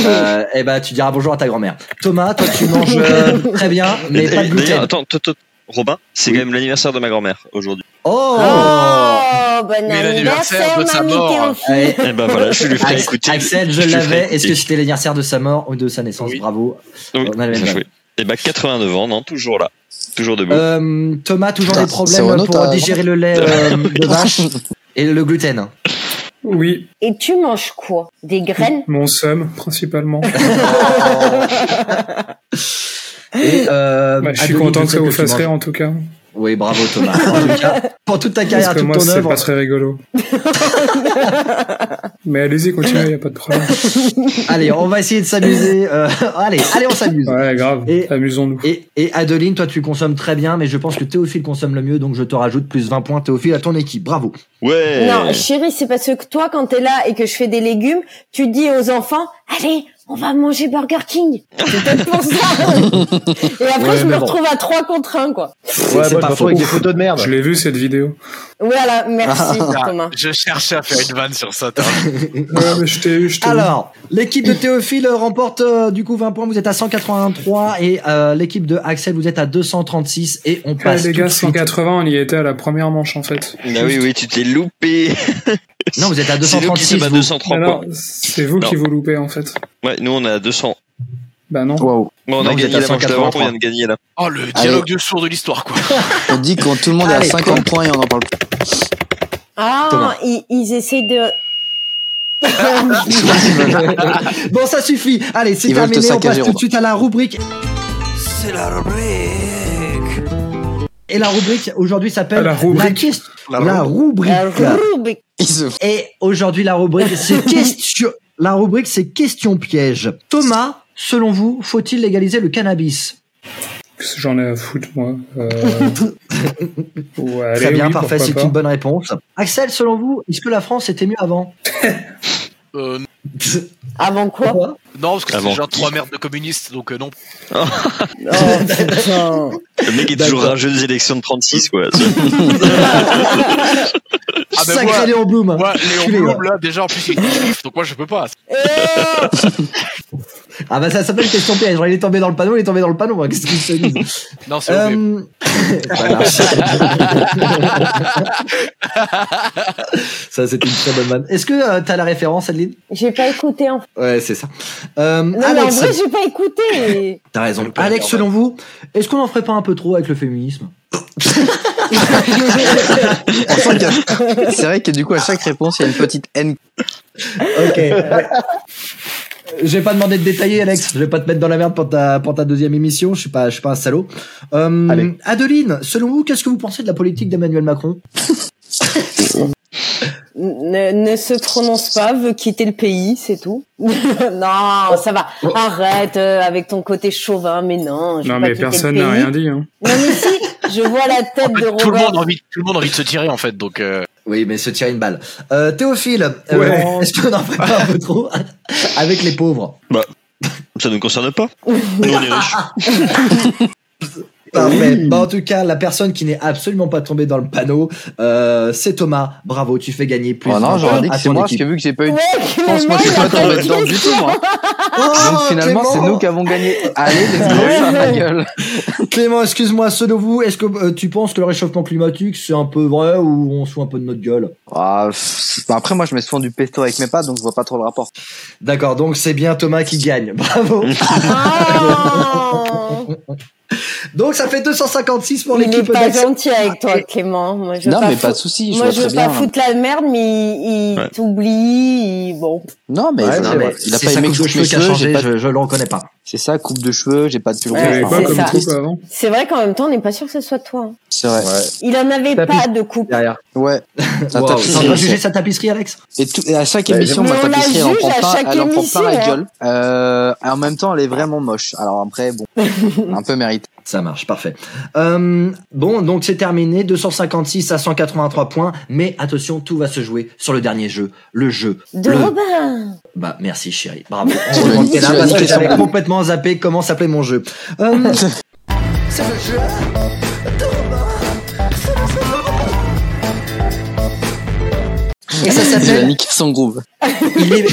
Euh, eh ben tu diras bonjour à ta grand-mère. Thomas, toi tu manges euh, très bien, mais pas de D'ailleurs, gluten. attends, toi, toi, Robin, c'est quand même l'anniversaire de ma grand-mère aujourd'hui. Oh. Ah Oh, bon Mais l'anniversaire anniversaire, de sa mamie mort. Théophile. Allez, Eh ben voilà, je lui ferai Ax- écouter. Axel, je lui ferai l'avais. Est-ce que écouter. c'était l'anniversaire de sa mort ou de sa naissance Oui. Bravo. Oui, On a la même bien vanne. joué. Eh ben 89 ans, non, toujours là, toujours debout. Euh, Thomas, toujours des Putain, Ah, c'est problèmes Renaud, pour t'as- digérer le lait euh, de vache et le gluten. Oh. Oui, Et tu manges quoi Des graines mon somme, principalement. Bah, Et, euh, Bah, je suis Adeline, content que sais ça vous tu fasse manges- rire en tout cas. Oui, bravo Thomas. En tout cas, pour toute ta carrière, parce que toute moi, ton c'est œuvre. pas très rigolo. Mais allez-y, continuez, y a pas de problème. Allez, on va essayer de s'amuser. euh, allez, allez, on s'amuse. Ouais, grave, Et- amusons-nous. Et, et Adeline, toi tu consommes très bien, mais je pense que Théophile consomme le mieux, donc je te rajoute plus 20 points Théophile à ton équipe. Bravo. Euh. Ouais. Non, chérie, c'est parce que toi, quand t'es là et que je fais des légumes, tu dis aux enfants, allez, on va manger Burger King. C'est peut-être pour ça. et après, Ouais, je me mais bon. retrouve à 3 contre 1, quoi. C'est- Ouais, c'est moi, je me pas retrouve faux. avec des photos de Ah merde. bah. Je l'ai vu cette vidéo. Voilà, merci, Thomas. Je cherchais à faire une vanne sur ça. t'as- Ouais, mais je t'ai eu, je t'ai eu. Alors, l'équipe de Théophile remporte euh, du coup 20 points, vous êtes à 183 et euh, l'équipe de Axel, vous êtes à 236 et on Ouais, passe Eh, les tout gars, de suite. 180, on y était à la première manche en fait. Bah oui, oui, tu t'es loupé. Non, vous êtes à C'est nous qui sommes 236. à vous. 230 Alors, points. c'est vous Non. qui vous loupez en fait. Ouais, nous on est à 200. Bah Oh. non. Waouh. Bon, on Non, a vous gagné êtes à la manche d'avant, on 183. vient de gagner là. Oh, le dialogue de sourd de l'histoire, quoi. On dit quand tout le monde est à Allez, 50 points et on en parle plus. Thomas. Ah, ils, ils essaient de... bon, ça suffit. Allez, c'est Ils veulent te terminé. On passe saccager, tout de Robin. suite à la rubrique. C'est la rubrique. Et la rubrique aujourd'hui s'appelle La rubrique. quest- la rubrique. La euh, rubrique. Ils se Et aujourd'hui, la rubrique, c'est question. La rubrique, c'est question piège. Thomas, selon vous, faut-il légaliser le cannabis Qu'est-ce que J'en ai à foutre moi. Euh... ouais, Très allez, bien, oui, parfait, pourquoi c'est pas. une bonne réponse. Axel, selon vous, est-ce que la France était mieux avant Euh, Avant quoi Pourquoi non, parce que c'est Avant déjà qui trois merdes de communistes, donc euh, non. Oh, putain. Le mec est toujours rageux des élections de 36, quoi. Ah, ben, Sacré moi- Léon Blum. Moi, Léon Culé, Blum, là, déjà, en plus, il est juif, donc moi, je peux pas. Eh, Ah bah ça s'appelle question piège. Il est tombé dans le panneau, il est tombé dans le panneau. hein. Qu'est-ce qu'il se dit Non, c'est horrible. Euh, voilà. ça, c'était une très bonne vanne. Est-ce que euh, t'as la référence, Adeline j'ai pas écouté, en fait. Ouais, c'est ça. Euh, Non, mais en Alex, vrai, j'ai pas écouté. t'as raison. peut Alex, dire, selon vous, est-ce qu'on en ferait pas un peu trop avec le féminisme On sent qu'il y a- C'est vrai que du coup à chaque réponse il y a une petite haine. Ok. Je vais pas demander de détailler, Alex. Je vais pas te mettre dans la merde pour ta pour ta deuxième émission. Je suis pas je suis pas un salaud. Euh, Allez. Adeline, selon vous, qu'est-ce que vous pensez de la politique d'Emmanuel Macron ne, ne se prononce pas, veut quitter le pays, c'est tout. non, ça va. Oh. Arrête euh, avec ton côté chauvin, mais non. Je veux Non pas mais quitter le personne n'a pays. rien dit. Hein. Non mais si, je vois la Oh, tête En fait, de tout, le monde a Robin. envie, tout le monde a envie de se tirer, en fait, donc. euh, Oui, mais se tirer une balle. Euh, Théophile, euh, Ouais. est-ce qu'on en fait pas un peu trop avec les pauvres Ça nous concerne pas. Nous on est riches. Parfait. Bah, en tout cas, la personne qui n'est absolument pas tombée dans le panneau, euh, c'est Thomas. Bravo, tu fais gagner plus. Oh non, d'un j'aurais point dit que à c'est ton moi parce équipe. que vu que j'ai pas eu de Ouais, chance, moi Clément, je suis il a pas tombé pas dedans de du tout moi. Donc Oh, finalement c'est Clément nous qui avons gagné. Allez let's go, Ouais. ça, ma gueule. Clément, excuse-moi, selon vous, est-ce que euh, tu penses que le réchauffement climatique c'est un peu vrai ou on se fout un peu de notre gueule Ah, pff, bah après moi je mets souvent du pesto avec mes pâtes donc je vois pas trop le rapport. D'accord, donc c'est bien Thomas qui gagne. Bravo. Ah donc ça fait 256 pour Il est l'équipe pas d'Axel. gentil avec toi, Clément. Moi, je veux Non pas mais pas de fou- souci, je vois Moi, je très veux pas bien. foutre la merde, mais il, il Ouais. t'oublie. il- Bon, Non mais, Ouais, je- non, il a C'est pas sa aimé que coupe de je coupe cheveux mes qui a cheveux, j'ai changé, pas je, je le reconnais pas. C'est ça, coupe de cheveux, j'ai pas de pull Ouais, rouge. T'avais c'est quoi comme ça. coupe avant C'est vrai qu'en même temps, on n'est pas sûr que ce soit toi. hein. C'est vrai. Il en avait Tapis. pas de coupe. derrière. Ouais. La Wow. tapisserie, T'as pas c'est- jugé sa tapisserie, Alex Et, tout, et à chaque Bah, émission, mais ma on la tapisserie, elle en juge prend à plein, chaque elle en prend plein la émission, hein. gueule. Euh, et en même temps, elle est vraiment moche. Alors après, bon, un peu mérite. Ça marche, parfait. Euh, bon, donc c'est terminé, 256 à 183 points, mais attention, tout va se jouer sur le dernier jeu, le jeu. De le- Robin. Bah merci chérie, bravo. Tu On l'as remonte dit, tu là l'as parce dit, que tu l'as j'avais dit. complètement zappé comment s'appelait mon jeu. Euh, C'est le jeu et ça Il a s'appelle. niqué son groove. il est-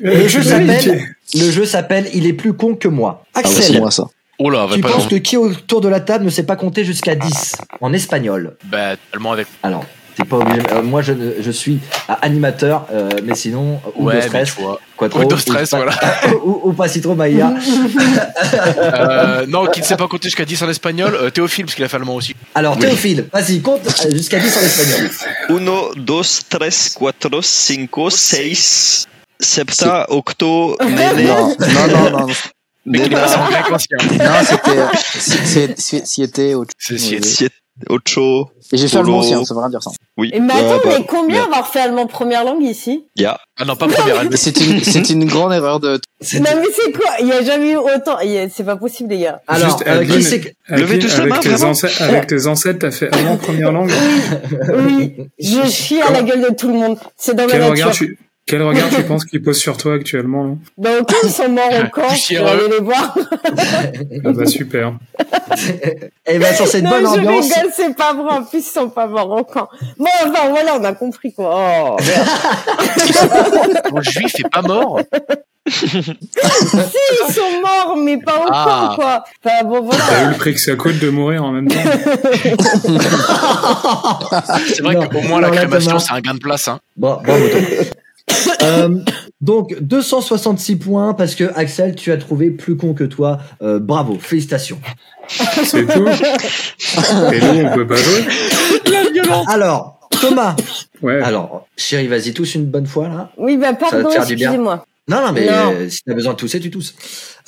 Le jeu Euh, Oui, s'appelle. Le jeu s'appelle. Il est plus con que moi. bah, Ah ouais, c'est Axel, moi ça. Oh là, va tu pas penses que qui autour de la table ne sait pas compter jusqu'à 10 en espagnol Bah, tellement avec. Alors, t'es pas obligé. euh, moi, je, ne- je suis euh, animateur, euh, mais sinon, euh, ou de Ouais, mais stress, tu vois. quattro, ou de stress, pas- voilà. ou, ou pas Citron Maïa. Euh, non, qui ne sait pas compter jusqu'à 10 en espagnol, euh, Théophile, parce qu'il a fait allemand aussi. Alors, Oui. Théophile, vas-y, compte euh, jusqu'à 10 en espagnol. Uno, dos, tres, cuatro, cinco, seis, septa, octo, nene, Non, non, non, non. nena, En grec ancien. Non, c'était, euh, c'est- c'est- c'est- c'était autre. C'est si- siete, ocho. Et j'ai fait le Solo. bon aussi, hein, ça veut rien dire ça. Oui. Et mais Ah, attends, bah, mais combien avoir fait allemand première langue ici yeah. Ah non, pas première allemand. Mais c'est une, c'est une grande erreur de. Non mais c'est quoi Il y a jamais eu autant. Il y a- C'est pas possible, les gars. Alors, Juste, euh, Adeline- qui c'est que- Avec, Levez tous la avec main, tes vraiment ancêtres, avec tes ancêtres, t'as fait allemand première langue. Oui, je chie à la gueule de tout le monde. C'est dans ma Quel regard nature. tu, quel regard tu penses qu'ils posent sur toi actuellement là Bah ok, ils sont morts au camp. Je Je chie vais à eux. aller les voir. Ah bah super. Eh ben, sur cette non, bonne je ambiance. rigole, c'est pas vrai. En plus, ils sont pas morts au camp. Bon, enfin, voilà, on a compris quoi. Oh, merde. Mon juif est pas mort. si, ils sont morts, mais pas au Ah. camp, quoi. Enfin, bon, T'as eu voilà. le prix que ça coûte de mourir en même temps. C'est vrai Non, qu'au moins, la non, là, crémation, Thomas. c'est un gain de place. Hein. Bon, bravo, toi. Euh, donc 266 points parce que Axel tu as trouvé plus con que toi Euh, bravo félicitations C'est tout. Et nous, on peut pas jouer. alors Thomas Ouais. alors chérie vas-y tous une bonne fois là Oui, bah va te pardon, faire du bien. excusez-moi. Non, non, mais Non. euh, si t'as besoin de tousser, tu tousses.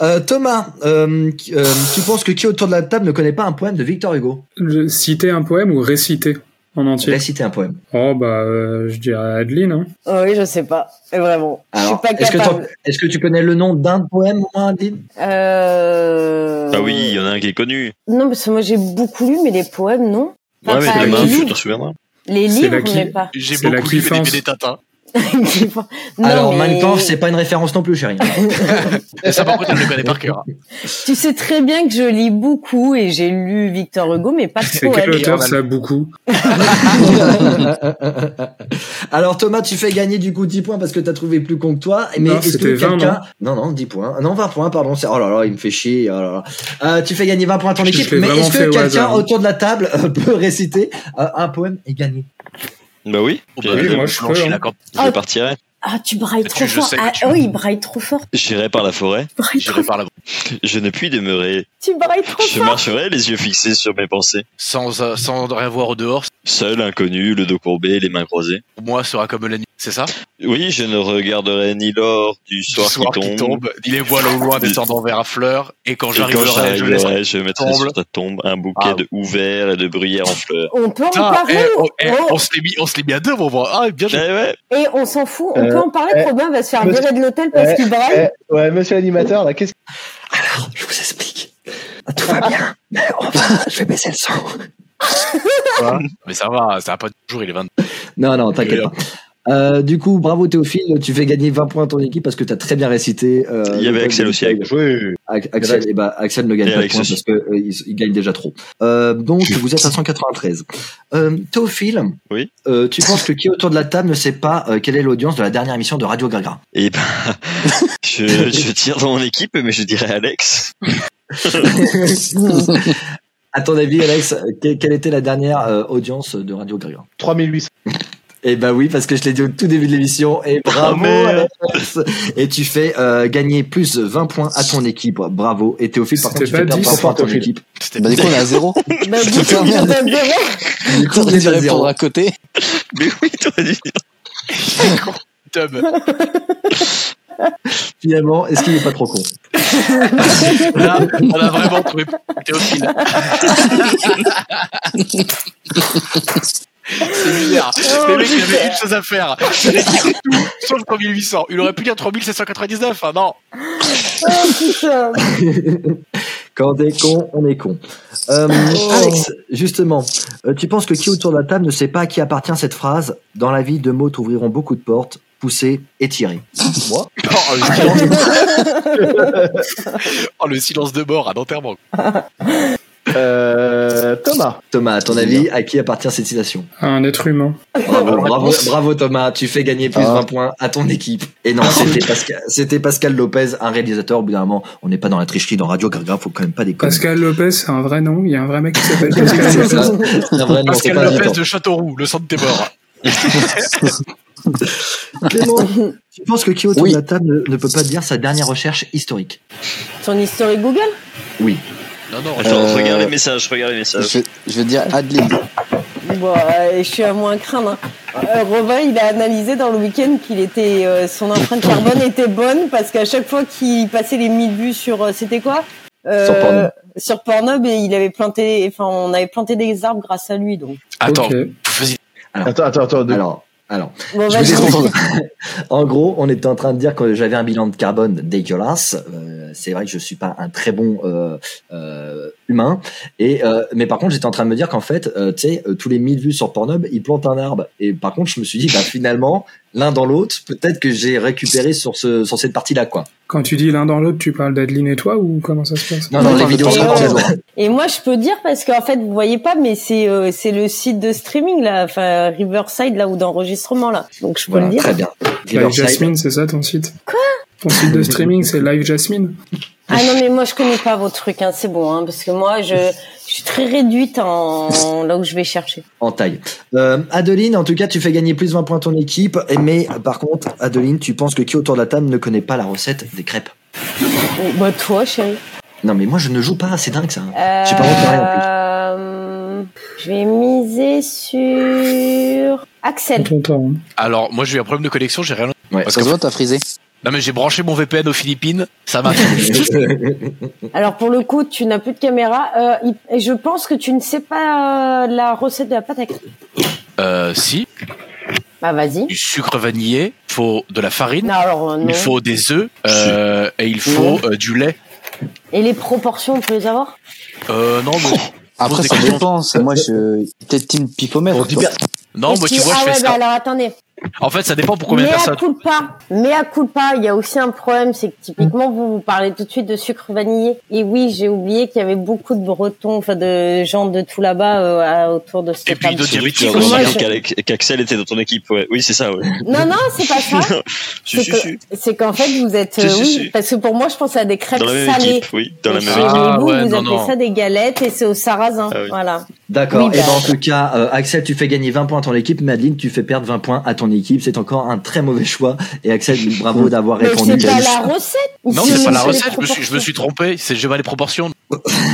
Euh, Thomas, euh, qui- euh, tu penses que qui autour de la table ne connaît pas un poème de Victor Hugo Je- Citer un poème ou réciter en entier Réciter un poème. Oh bah, euh, je dirais Adeline. Hein. Oh, oui, je sais pas. Vraiment, Alors, je suis pas est-ce que, t'en- capable. est-ce que tu connais le nom d'un poème, au moins, Adeline euh... Bah oui, il y en a un qui est connu. Non, parce que moi j'ai beaucoup lu, mais les poèmes, non. Ouais, Enfin, bah, mais pas t'as les, main, tu livres, t'en souviendras. les C'est livres, la qui- mais pas. J'ai C'est la beaucoup lu mais des kiffance. BD Tintin. Non, Alors, en mais même temps, c'est pas une référence non plus, chérie. Et ça, par contre, elle le connaît par cœur. hein. Tu sais très bien que je lis beaucoup et j'ai lu Victor Hugo, mais pas de C'est quel poèmes. auteur ça beaucoup Alors, Thomas, tu fais gagner du coup 10 points parce que t'as trouvé plus con que toi. Mais Non, est-ce que c'était 20, quelqu'un... non, non, 10 points. Non, 20 points, pardon. c'est- Oh là là, il me fait chier. oh là là. Euh, tu fais gagner 20 points à ton Je équipe. l'ai Mais vraiment est-ce fait que au quelqu'un hasard. autour de la table euh, peut réciter euh, un poème et gagner Bah oui, Oh, bah, Bien oui, sûr. moi, je Blanche, peux, il hein. a quand- je Ah. partirai. Ah, tu brailles Tu- trop je fort. sais que Ah, tu- oh, il braille trop fort. J'irai par la forêt. Tu brailles trop J'irai par là Je ne puis demeurer. Tu brailles trop Je fort. marcherai les yeux fixés sur mes pensées. sans, euh, sans rien voir au dehors. Seul, inconnu, le dos courbé, les mains croisées. Pour moi, sera comme la nuit. C'est ça Oui, je ne regarderai ni l'or du soir, soir qui tombe. Il les voit au loin descendant vers à fleurs. Et quand Et quand j'arriverai, je laisse. j'arriverai, je mettrai tombe. sur ta tombe un bouquet Ah. de houverts et de bruyères en fleurs. On peut en Putain, parler eh, ou- oh, eh, oh, on se l'est mis, on se l'est mis à deux, mon bras. Ah, bien Eh joué. ouais, Et on s'en fout. On Euh, peut en parler. eh, Robin va se faire monsieur- virer de l'hôtel parce eh, qu'il braille. Eh, ouais, monsieur l'animateur, là, qu'est-ce Je vous explique. Ah, Tout va bien, mais on va- je vais baisser le son. Mais ça va, ça va pas toujours, il est 22. Non, non, t'inquiète pas. Euh, du coup, bravo Théophile, tu fais gagner 20 points à ton équipe parce que t'as très bien récité. euh, Il y avait le Axel poème aussi de- avec que Ac- Axel, eh ben, Axel ne gagne Et pas de Alex points aussi. parce que euh, il, il gagne déjà trop. Euh, donc vous êtes à 193. Euh, Théophile, Oui. euh, tu penses que qui autour de la table ne sait pas euh, quelle est l'audience de la dernière émission de Radio Gaga Et ben, je, je tire dans mon équipe, mais je dirais Alex. À ton avis, Alex, euh, que- quelle était la dernière euh, audience de Radio Gaga 3800. Eh ben oui, parce que je l'ai dit au tout début de l'émission. Et bravo, Ah, merde. Alex. Et tu fais euh, gagner plus 20 points à ton équipe. Bravo. Et Théophile, par contre, C'était tu fais pas perdre 10, 20 points à ton Théophile. équipe. C'était Bah, du coup, on est à zéro. Bah, Je te du coup, ferme. il est à zéro. Du coup, on T'aurais est dû à zéro. répondre à côté. Mais oui, t'aurais dû dire. Tom. Finalement, est-ce qu'il est pas trop con Là, on a vraiment trouvé Théophile. C'est bizarre. Les mecs, il avait une chose à faire. Il a dit tout, sauf 3800. Il aurait pu dire 3799. Ah non. Oh, putain. Quand on est con, on est con. Euh, Alex, justement, euh, tu penses que qui autour de la table ne sait pas à qui appartient cette phrase Dans la vie, deux mots t'ouvriront beaucoup de portes, pousser et tirer. Moi Oh, le silence, oh, le silence de mort à l'enterrement. Euh, Thomas. Thomas, à ton avis, à qui appartient cette citation Un être humain. bravo, Ah. bravo, bravo, Thomas, tu fais gagner plus 20 points à ton équipe. Et non, c'était Pascal, c'était Pascal Lopez, un réalisateur. Au bout d'un moment, on n'est pas dans la tricherie dans Radio Gargara, faut quand même pas déconner. Pascal Lopez, c'est un vrai nom. Il y a un vrai mec qui s'appelle Pascal C'est ça. Lopez. C'est un vrai nom, c'est Pascal pas Lopez Nathan. de Châteauroux, le centre des morts. Clément, tu penses que qui autour Oui. de la table ne, ne peut pas dire sa dernière recherche historique Ton historique Google Non, non, Attends, Euh, regarde les messages, regarde les messages. Je, je veux dire Adeline. Bon, euh, je suis à moins craindre. hein. Euh, Robin, il a analysé dans le week-end qu'il était, euh, son empreinte carbone était bonne parce qu'à chaque fois qu'il passait les 1000 vues sur, euh, c'était quoi Euh, Sur Pornhub. Sur Pornhub, et il avait planté, enfin, on avait planté des arbres grâce à lui, donc. Attends, Ok. vas-y. Attends, attends, attends. deux- Alors, alors. Bon, Je vas-y. vous explique. en gros, on était en train de dire que j'avais un bilan de carbone dégueulasse. Euh, c'est vrai que je suis pas un très bon euh, euh, humain. Et euh, mais par contre, j'étais en train de me dire qu'en fait, euh, tu sais, euh, tous les 1000 vues sur Pornhub, ils plantent un arbre. Et par contre, je me suis dit, bah finalement, l'un dans l'autre, peut-être que j'ai récupéré sur ce sur cette partie-là, quoi. Quand tu dis l'un dans l'autre, tu parles d'Adeline et toi ou comment ça se passe Non, non, les vidéos de sont Pornhub. toujours. euh, Et moi, je peux dire parce qu'en fait, vous voyez pas, mais c'est, euh, c'est le site de streaming, là, enfin, Riverside, là, ou d'enregistrement, là. Donc, je peux Voilà, le dire. très bien. Live Riverside. Jasmine, c'est ça ton site Quoi Ton site de streaming, c'est Live Jasmine Ah non mais moi je connais pas vos trucs hein, c'est bon hein, parce que moi je, je suis très réduite en là où je vais chercher. en taille. Euh, Adeline, en tout cas, tu fais gagner plus 20 points ton équipe. Et- Mais par contre, Adeline, tu penses que qui autour de la table ne connaît pas la recette des crêpes Oh, Bah toi chérie. Non, mais moi, je ne joue pas. C'est dingue, ça. Euh, J'ai pas repéré, en euh, Je vais miser sur Axel. Ton temps. Alors, moi, j'ai eu un problème de connexion, j'ai rien. Ouais. Parce que toi, t'as frisé. Non, mais j'ai branché mon VPN aux Philippines, ça m'a. Alors pour le coup tu n'as plus de caméra. Euh, il- et je pense que tu ne sais pas euh, la recette de la pâte à crêpes. euh, si, Bah vas-y. du sucre vanillé, faut de la farine, Non alors euh, non. il faut des œufs, euh, et il faut euh, du lait. Et les proportions on peut les avoir Euh, non, mais. Après, des ça questions. dépend. c'est- Moi, je. Peut-être team pipomètre. dit toi. Non, Est-ce moi, tu qu'il- vois, ah je ouais, fais bah ça. alors attendez. bah, En fait, ça dépend pour combien de mais à personnes. coup pas. Mais à coup pas, il y a aussi un problème, c'est que typiquement vous vous parlez tout de suite de sucre vanillé. Et oui, j'ai oublié qu'il y avait beaucoup de Bretons, enfin de gens de tout là-bas euh, à- autour de cette Et puis table. de diabétiques Tu as Moi, aussi. hein. je- remarqué qu'Alex- qu'Axel était dans ton équipe, ouais. Oui, c'est ça, ouais. Non non, c'est pas ça. Si, C'est si, que- si. C'est qu'en fait vous êtes Si, euh, si, oui, si. parce que pour moi je pense à des crêpes Dans la même salées. équipe, oui. Dans la Et même chez équipe. Ah, vous, ouais, vous non, appelez non. ça des galettes et c'est au sarrasin. Ah oui. Voilà. D'accord. Oui, bah. Et ben, en tout cas, euh, Axel, tu fais gagner 20 points à ton équipe. Madeline, tu fais perdre 20 points à ton équipe. C'est encore un très mauvais choix. Et Axel, bravo d'avoir Mais répondu. c'est pas la recette. Non, Ici, c'est pas la les recette, je me suis, je me suis trompé, c'est j'ai mal les proportions. proportions.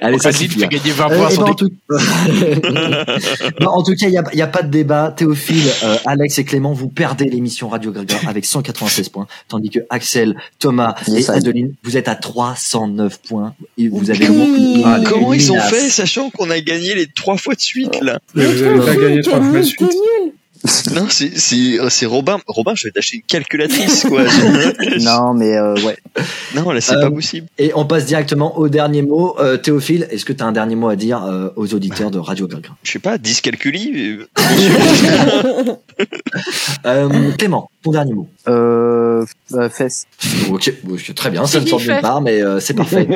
Allez, ça Adeline suffit. fait gagner 20 Euh, points à eh son ben, en, équipe. tout... Non, en tout cas, il n'y a, il y a pas de débat. Théophile, euh, Alex et Clément, vous perdez l'émission Radio Grégoire avec 196 points, tandis que Axel, Thomas Yes, et I- Adeline, vous êtes à 309 points. Et vous avez Oui. Ah, les Comment ils ont menaces. fait, sachant qu'on a gagné les trois fois de suite, là Mais vous avez pas gagné trois fois de suite. Non, c'est- c'est euh, c'est Robin. Robin, je vais t'acheter une calculatrice, quoi. Non, mais euh, ouais. non, là, c'est Euh, pas possible. Et on passe directement au dernier mot. Euh, Théophile, est-ce que tu as un dernier mot à dire euh, aux auditeurs de Radio Grégoire Je sais pas, dyscalculie. euh, euh, Clément, ton dernier mot. Euh, euh, fesses. Oh, Ok, ok, très bien, ça ne sort nulle part, mais euh, c'est parfait.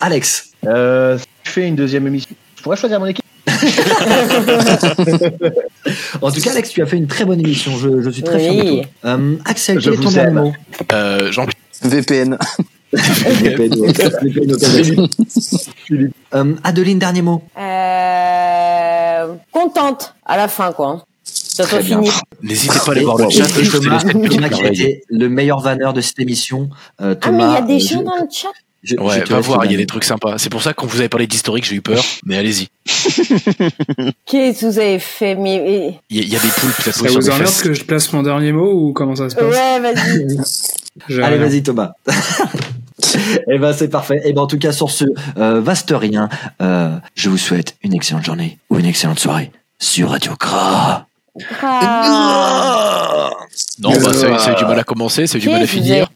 Alex, Euh, je fais une deuxième émission. Je pourrais choisir mon équipe. en tout cas, Alex, tu as fait une très bonne émission. Je, je suis très fier de toi. Oui. Euh, Axel, Je quel est ton vous dernier aime. mot Euh, Jean, VPN. Euh, Adeline, dernier mot. Euh, contente à la fin quoi. Ça Très soit bien. fini. n'hésitez pas à aller voir le Ah, Et chat, je te Thomas, laisse Thomas, quelques qui a merveilles. été le meilleur vanneur de cette émission. Euh, Ah mais il y Thomas, a des je- gens dans le chat. je- je Ouais, te va laisse voir, le il y a dernier des trucs sympas. C'est pour ça que quand vous avez parlé d'historique, j'ai eu peur, mais allez-y. Qu'est-ce que vous avez fait mais... Il y, a- il y a des poules, peut-être Ça sur vous des emmerde fesses. que je place mon dernier mot ou comment ça se passe Ouais, vas-y. J'ai Allez, rien. vas-y, Thomas. Eh ben, c'est parfait. Eh ben, en tout cas, sur ce euh, vaste rien, euh, je vous souhaite une excellente journée ou une excellente soirée sur Radio Gras. Ah Ah. Non, bah, ça, ça a eu du mal à commencer, ça a eu du mal à Qu'est-ce que finir.